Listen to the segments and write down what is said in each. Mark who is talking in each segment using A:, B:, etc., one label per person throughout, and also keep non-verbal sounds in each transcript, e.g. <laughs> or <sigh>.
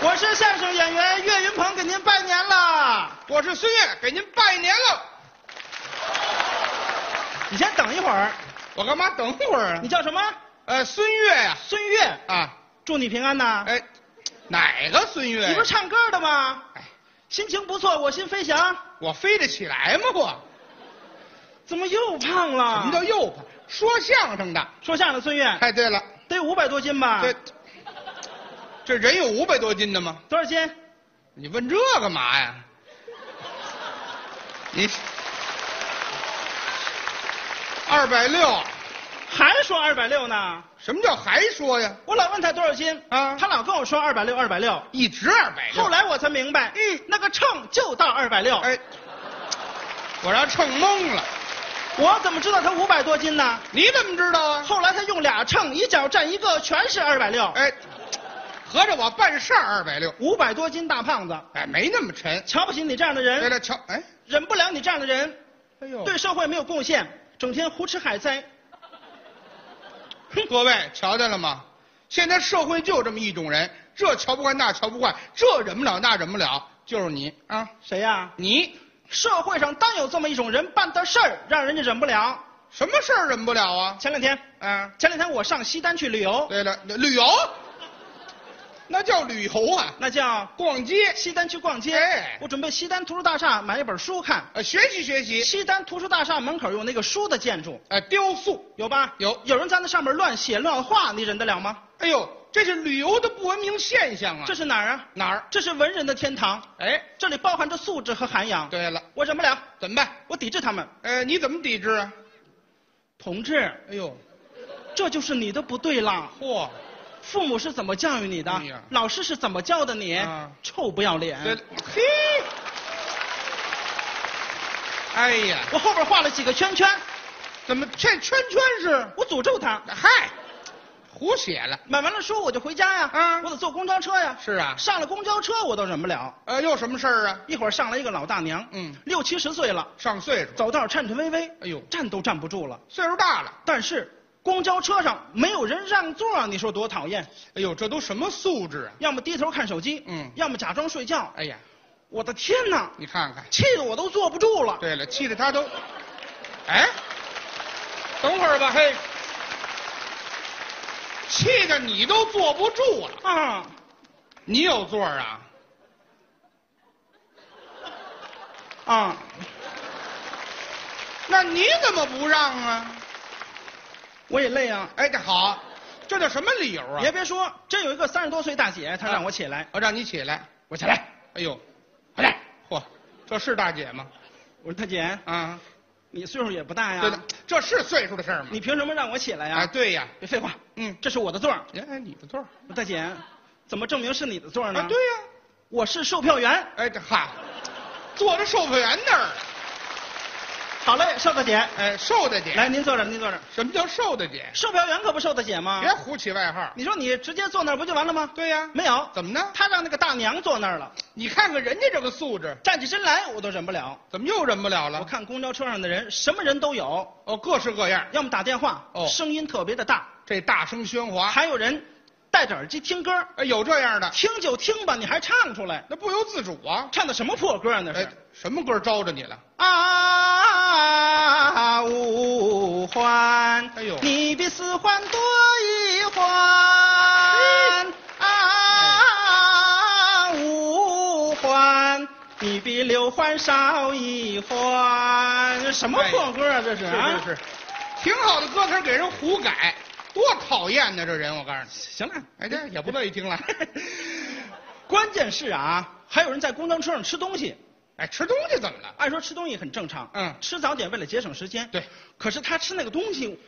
A: 我是相声演员岳云鹏，给您拜年了。
B: 我是孙越，给您拜年了。
A: 你先等一会儿，
B: 我干嘛等会儿啊
A: 你？叫什么？
B: 呃，孙越呀、
A: 孙越，
B: 啊，
A: 祝你平安呐。
B: 哎，哪个孙越呀？
A: 啊你不是唱歌的吗？
B: 哎，
A: 心情不错，我心飞翔。
B: 我飞得起来吗？我
A: 怎么又胖了？
B: 什么叫又胖？说相声的。
A: 说相声的孙越？
B: 哎，对了，
A: 得五百多斤吧？
B: 这这人有五百多斤的吗？
A: 多少斤？
B: 你问这干嘛呀？你二百六，
A: 还说二百六呢？
B: 什么叫还说呀？
A: 我老问他多少斤
B: 啊
A: 他老跟我说二百六，二百六。
B: 一直二百六。
A: 后来我才明白，
B: 嗯
A: 那个秤就到二百六。
B: 哎，我让秤懵了。
A: 我怎么知道他五百多斤呢？
B: 你怎么知道啊？
A: 后来他用俩秤，一脚站一个，全是二百六。
B: 哎，合着我办事儿二百六，
A: 五百多斤大胖子，
B: 哎，没那么沉。
A: 瞧不起你这样的
B: 对
A: 人，
B: 了，瞧，哎，
A: 忍不了你这样的人，
B: 哎呦，
A: 对社会没有贡献，整天胡吃海塞。
B: 各位瞧见了吗？现在社会就这么一种人，这瞧不惯，那瞧不惯，这忍不了，那忍不了，就是你啊，
A: 谁呀、
B: 你
A: 社会上单有这么一种人，办的事儿让人家忍不了。
B: 什么事儿忍不了啊？
A: 前两天，
B: 啊，
A: 前两天我上西单去旅游，
B: 对了，旅游，那叫旅游啊，
A: 那叫
B: 逛街，
A: 西单去逛街
B: 哎。
A: 我准备西单图书大厦买一本书看。
B: 呃，学习学习，
A: 西单图书大厦门口有那个书的建筑，
B: 呃，雕塑，
A: 有吧？
B: 有
A: 有人在那上面乱写乱画，你忍得了吗？
B: 哎呦，这是旅游的不文明现象啊！
A: 这是哪儿啊？
B: 哪儿？
A: 这是文人的天堂，
B: 哎，
A: 这里包含着素质和涵养。
B: 对了，
A: 我忍不了，
B: 怎么办？
A: 我抵制他们。
B: 呃，你怎么抵制啊？
A: 同志，
B: 哎呦，
A: 这就是你的不对了。
B: 嚯，
A: 父母是怎么教育你的？
B: 哎呀
A: 老师是怎么教的你？
B: 啊
A: 臭不要脸！
B: 这嘿，哎呀，
A: 我后边画了几个圈圈，
B: 怎么这圈圈是？
A: 我诅咒他。
B: 嗨，胡写了。
A: 买完了书我就回家呀，
B: 啊
A: 我得坐公交车呀。
B: 是啊，
A: 上了公交车我都忍不了，
B: 呃，又什么事儿啊？
A: 一会儿上来一个老大娘，
B: 嗯
A: 六七十岁了，
B: 上岁数，
A: 走道颤颤巍巍，
B: 哎呦
A: 站都站不住了。
B: 岁数大了，
A: 但是公交车上没有人让座啊，你说多讨厌？
B: 哎呦，这都什么素质啊？
A: 要么低头看手机，
B: 嗯
A: 要么假装睡觉。
B: 哎呀，
A: 我的天哪，
B: 你看看。
A: 气得我都坐不住了。
B: 对了，气得他都，哎，等会儿吧，嘿，气得你都坐不住了。
A: 啊，
B: 你有座儿啊？
A: 啊，
B: 那你怎么不让啊？
A: 我也累啊。
B: 哎，这好，这叫什么理由啊？
A: 也别说，真有一个三十多岁大姐，她让我起来，
B: 我让你起来，
A: 我起来。
B: 哎呦，回来，嚯，这是大姐吗？
A: 我说大姐，
B: 啊，
A: 你岁数也不哎大呀
B: 对，的，这是岁数的事儿吗？
A: 你凭什么让我起来呀
B: 啊，？对呀，
A: 别废话，
B: 嗯，
A: 这是我的座儿。
B: 哎，你的座儿
A: 我说大姐，怎么证明是你的座儿呢？
B: 啊，对，呀，
A: 我是售票员。
B: 哎，这哈，坐着售票员那儿，
A: 好嘞，瘦大姐，
B: 哎，瘦大姐，
A: 来，您坐这儿，您坐这儿。
B: 什么叫瘦大姐？
A: 售票员可不瘦大姐吗？
B: 别胡起外号。
A: 你说你直接坐那儿不就完了吗？
B: 哎对呀，
A: 没有，
B: 怎么呢？
A: 他让那个大娘坐那儿了，
B: 你看看人家这个素质，
A: 站起身来我都忍不了。
B: 怎么又忍不了
A: 我
B: 了？
A: 看公交车上的人，什么人都有，
B: 哦，各式各样，
A: 要么打电话，
B: 哦
A: 声音特别的大，
B: 这大声喧哗，
A: 啊还有人戴着耳机听歌，
B: 哎，有这样的，
A: 听就听吧，你还唱出来，
B: 那不由自主啊。
A: 唱的什么破歌啊？那是、
B: 哎，什么歌招着你了？
A: 啊，五环，
B: 哎呦
A: 你比四环多一环，啊，五环，你比六环少一环，什么破歌啊？这是啊，
B: 哎是是，挺好的歌词给人胡改，多讨厌呢！这人我告诉你，
A: 行了， <laughs>
B: 哎，这也不乐意听了。 <laughs>
A: 关键是啊，还有人在公交车上吃东西。
B: 哎，吃东西怎么了？
A: 按说吃东西很正常，
B: 嗯
A: 吃早点为了节省时间，
B: 对。
A: 可是他吃那个东西，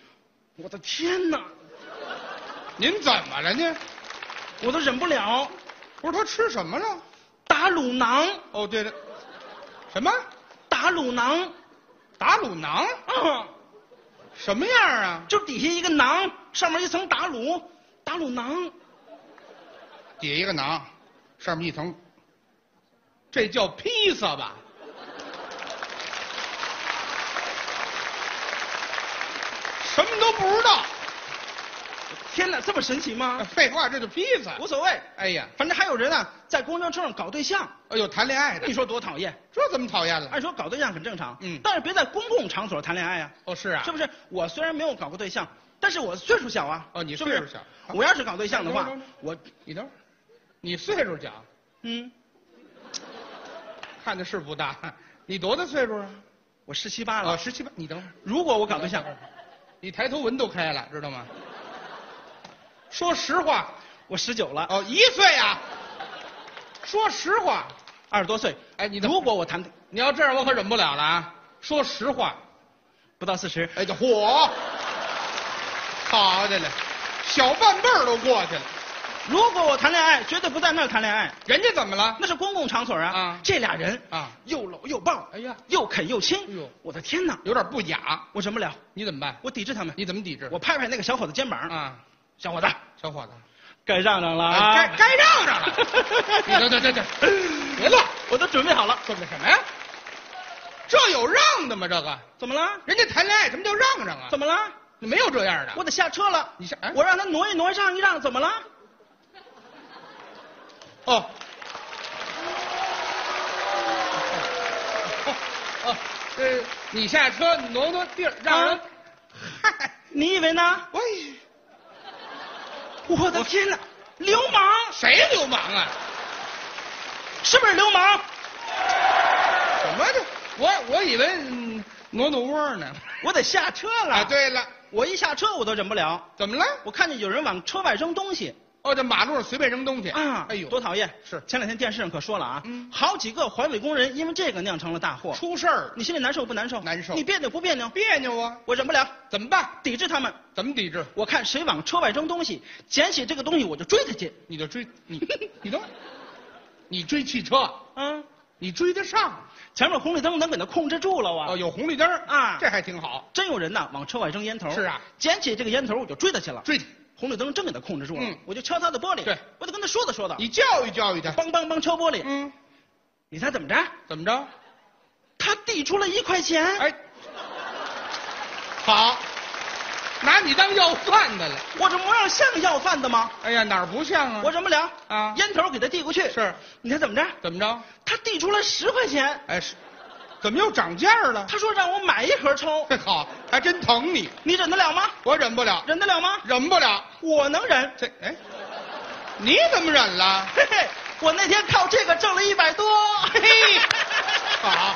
A: 我的天哪，
B: 您怎么了呢？
A: 我都忍不了。
B: 不是他吃什么了？
A: 打卤囊，
B: 哦，对了，什么
A: 打卤囊，
B: 打卤囊？
A: 嗯，
B: 什么样啊？
A: 就底下一个囊，上面一层打卤，打卤囊，
B: 底下一个囊，上面一层，这叫披萨吧？什么都不知道，
A: 天哪，这么神奇吗？
B: 废话，这就披萨
A: 无。所谓，
B: 哎呀，
A: 反正还有人啊，在公交车上搞对象，
B: 哎呦，谈恋爱的
A: 你，说多讨厌？
B: 这怎么讨厌了？
A: 按说搞对象很正常，
B: 嗯
A: 但是别在公共场所谈恋爱啊，
B: 哦，是啊
A: 是，不是？我虽然没有搞过对象，但是我岁数小啊，
B: 哦你
A: 是不是
B: 岁数小啊
A: 我要是搞对象的话
B: 等会儿等会，
A: 我
B: 你等会儿，你岁数小，
A: 嗯，
B: 看的是不大，你多大岁数啊？
A: 我十七八
B: 哦，
A: 了，
B: 十七八，你等会儿，
A: 如果我搞对象，
B: 你抬头纹都开了，知道吗？说实话，
A: 我十九了，
B: 哦，一岁啊。说实话，
A: 二十多岁，
B: 哎，你等会
A: 如
B: 儿
A: 果我谈
B: 你要这样，我可忍不了了啊！说实话，
A: 不到四十，
B: 哎，这火，好的嘞，小半辈儿都过去了，
A: 如果我谈恋爱，绝对不在那儿谈恋爱，
B: 人家怎么了？
A: 那是公共场所啊。
B: 啊
A: 这俩人
B: 啊，
A: 又搂又抱，
B: 哎呀，
A: 又啃又亲，
B: 哎呦
A: 我的天哪，
B: 有点不雅，
A: 我忍不了，
B: 你怎么办？
A: 我抵制他们。
B: 你怎么抵制？
A: 我拍拍那个小伙子肩膀，
B: 啊，
A: 小伙子，
B: 小伙子，
A: 该让让了
B: 啊
A: 啊，。
B: 该该让让了
A: <laughs>
B: 你等等等等，别乱，
A: 我都准备好了。
B: 准备什么呀？这有让的吗？这个，
A: 怎么了？
B: 人家谈恋爱什么叫让让啊？
A: 怎么了？
B: 没有这样的？
A: 我得下车了。
B: 你下哎
A: 我让他挪一挪，让一让，怎么了？
B: 哦。哦， <laughs> 呃，你下车挪挪地儿，让人
A: 啊。
B: 嗨，
A: 你以为呢？
B: <laughs> 喂，
A: 我的天哪！流氓
B: 谁流氓啊？
A: 是不是流氓？
B: 什么的？我我以为嗯挪挪窝呢。
A: 我得下车了。
B: <laughs> 啊，，对了，
A: 我一下车我都忍不了，
B: 怎么了？
A: 我看见有人往车外扔东西
B: 哦，这马路上随便扔东西
A: 啊！
B: 哎呦，
A: 多讨厌！
B: 是
A: 前两天电视上可说了啊，
B: 嗯
A: 好几个环卫工人因为这个酿成了大祸。
B: 出事儿了，
A: 你心里难受不难受？
B: 难受
A: 你别扭不别扭？
B: 别扭啊！
A: 我忍不了，
B: 怎么办？
A: 抵制他们。
B: 怎么抵制？
A: 我看谁往车外扔东西，捡起这个东西我就追他去。
B: 你就追 <laughs> 你，你等会儿，你追汽车，
A: 嗯，
B: 你追得上
A: 前面红绿灯能给他控制住了啊。
B: 哦，有红绿灯儿
A: 啊
B: 这还挺好，
A: 真有人呐往车外扔烟头。
B: 是啊，
A: 捡起这个烟头我就追他去了。
B: 追去。
A: 红绿灯真给他控制住了，
B: 嗯
A: 我就敲他的玻璃。
B: 对，
A: 我得跟他说道说道。
B: 你教育教育他。
A: 梆梆梆敲玻璃，
B: 嗯，
A: 你猜怎么着？
B: 怎么着？
A: 他递出了一块钱。
B: 哎，好，拿你当要饭的了。
A: 我这模样像要饭的吗？
B: 哎呀，哪儿不像啊？
A: 我忍不了
B: 啊
A: 烟头给他递过去。
B: 是，
A: 你猜怎么着？
B: 怎么着？
A: 他递出了十块钱，
B: 哎，是，怎么又涨价了？
A: 他说让我买一盒抽，
B: 嘿， <laughs> 好，还真疼你，
A: 你忍得了吗？
B: 我忍不了，
A: 忍得了吗？
B: 忍不了。
A: 我能忍。
B: 这哎，你怎么忍 <laughs> 了？
A: 嘿嘿，我那天靠这个挣了一百多。嘿
B: 嘿， <laughs> 好，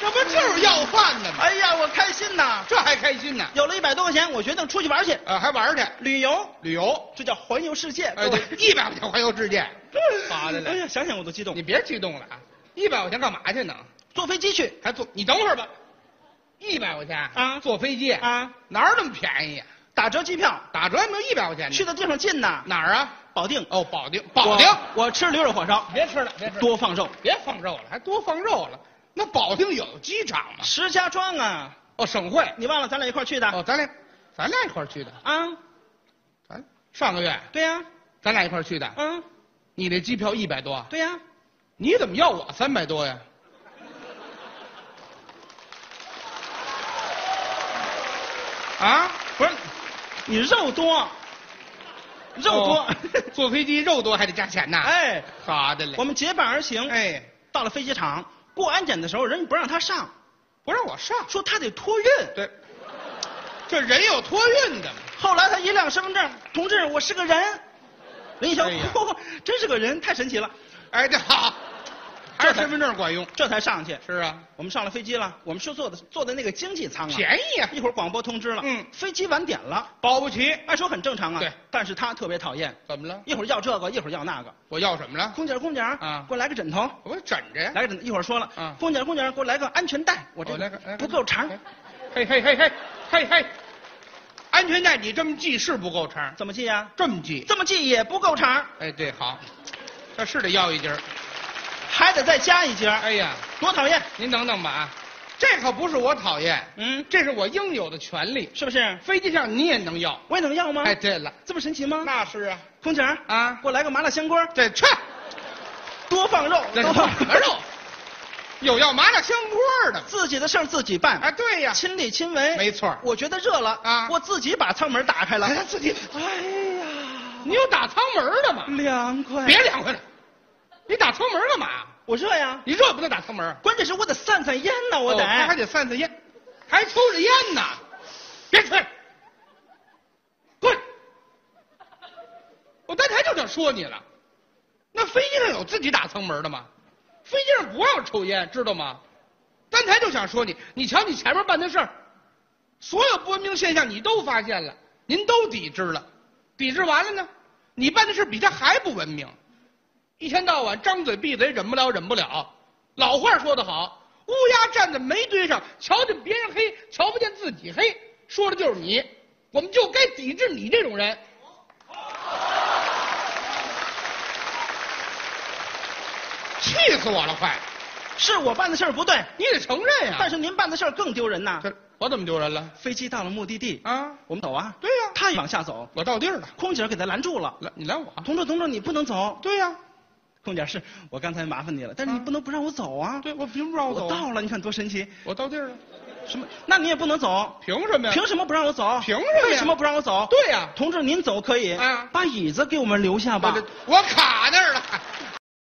B: 这不就是要饭的吗？
A: 哎呀，我开心呐！
B: 这还开心呢，
A: 有了一百多块钱，我决定出去玩去，
B: 呃，还玩儿去
A: 旅游，
B: 旅游，
A: 这叫环游世界。
B: 哎，
A: 各
B: 对
A: 位，
B: 一百块钱环游世 <laughs> 界，好的
A: 哎
B: 嘞，
A: 呀，想想我都激动
B: 你。别激动了啊，一百块钱干嘛去呢？
A: 坐飞机去
B: 还坐？你等会儿吧，一百块钱
A: 啊
B: 坐飞机
A: 啊，
B: 哪儿那么便宜啊？
A: 打折机票，
B: 打折还没有一百块钱呢。
A: 去的地方近呐，
B: 哪儿啊？
A: 保定。
B: 哦，保定，保定，
A: 我，我吃驴肉火烧，
B: 别吃了，别吃了，
A: 多放肉。
B: 别放肉了，还多放肉了。那保定有机场吗？
A: 石家庄啊，
B: 哦，省会。
A: 你忘了咱俩一块儿去的、
B: 哦，咱俩，咱俩一块儿去的。
A: 啊？
B: 咱上个月
A: 对呀、
B: 咱俩一块儿去的。
A: 嗯，
B: 你那机票一百多，
A: 对呀、
B: 你怎么要我三百多呀？啊，不是，
A: 你肉多，肉多。
B: 哦坐飞机肉多还得加钱呐。
A: <laughs> 哎，
B: 好的嘞
A: 我。们结伴而行。
B: 哎，
A: 到了飞机场过安检的时候，人家不让他上，
B: 不让我上。
A: 说他得托运。
B: 对，这人有托运的嘛。
A: 后来他一亮身份证，同志，我是个人。人一瞧，
B: 哎呀
A: 嚯、 <laughs> 真是个人，太神奇了，
B: 哎，这好，还是身份证管用。
A: 这才上去。
B: 是啊，
A: 我们上了飞机了，我们是坐的坐的那个经济舱啊。
B: 便宜啊，
A: 一会儿广播通知了，
B: 嗯
A: 飞机晚点了，
B: 保不齐。
A: 按说很正常啊。
B: 对，
A: 但是他特别讨厌，
B: 怎么了？
A: 一会儿要这个，一会儿要那个。
B: 我要什么了？
A: 空姐，空姐，
B: 啊
A: 给我来个枕头，
B: 我枕着呀。
A: 来个枕头。一会儿说了，
B: 啊
A: 空姐，空姐，给我来个安全带，我这
B: 我来个来个哎
A: 不够长，
B: 嘿嘿嘿嘿嘿嘿，安全带你这么系是不够长，
A: 怎么系呀、
B: 这么系。
A: 这么系也不够长，
B: 哎，对，好，这是得要一截儿。
A: 还得再加一节儿，
B: 哎呀，
A: 多讨厌！
B: 您等等吧啊，这可不是我讨厌，
A: 嗯，
B: 这是我应有的权利。
A: 是不是？
B: 飞机上你也能要。
A: 我也能要吗？
B: 哎，对了，
A: 这么神奇吗？
B: 那是啊
A: 空姐儿，
B: 啊
A: 给，我来个麻辣香锅，
B: 这去，
A: 多放肉，
B: 这
A: 多
B: 是
A: 放
B: 什么肉？有要麻辣香锅的。
A: <laughs> 自己的事儿自己办，
B: 啊，对呀，
A: 亲力亲为，
B: 没错儿
A: 我觉得热了
B: 啊
A: 我自己把舱门打开了。
B: 哎自己
A: 哎呀，
B: 你有打舱门的
A: 嗯
B: 吗？
A: 凉快！
B: 别，凉快了，你打舱门干嘛？
A: 我热呀。
B: 你这不能打舱门，
A: 关键是我得散散烟呢，我得。
B: 哦还得散散烟，还抽着烟呢，别吹了，滚！我刚才就想说你了，那飞机上有自己打舱门的吗？飞机上不让抽烟，知道吗？刚才就想说你，你瞧你前面办的事儿，所有不文明现象你都发现了，您都抵制了，抵制完了呢，你办的事比他还不文明，一天到晚张嘴闭嘴，忍不了忍不了。老话说得好，乌鸦站在煤堆上，瞧见别人黑，瞧不见自己黑，说的就是你。我们就该抵制你这种人。气死我了！快，
A: 是我办的事儿不对，
B: 你得承认呀、
A: 但是您办的事儿更丢人呐。
B: 啊这我怎么丢人了？
A: 飞机到了目的地，
B: 啊，
A: 我们走啊。
B: 对呀、啊
A: 他也往下走，
B: 我到地儿了。
A: 空姐给他拦住了。
B: 来，你来我。
A: 同志，同志，你不能走。
B: 对呀、
A: 空姐是我刚才麻烦你了，但是你
B: 啊
A: 不能不让我走啊。
B: 对，我凭什么让我走
A: 我
B: 啊？
A: 到了，你看多神奇。
B: 我到地儿了，
A: 什么？那你也不能走。
B: 凭什么呀？
A: 凭什么不让我走？
B: 啊凭什么呀
A: 为什么不让我走？
B: 对呀、
A: 同志，您走可以，
B: 啊
A: 把椅子给我们留下吧。
B: 我这我卡那儿了。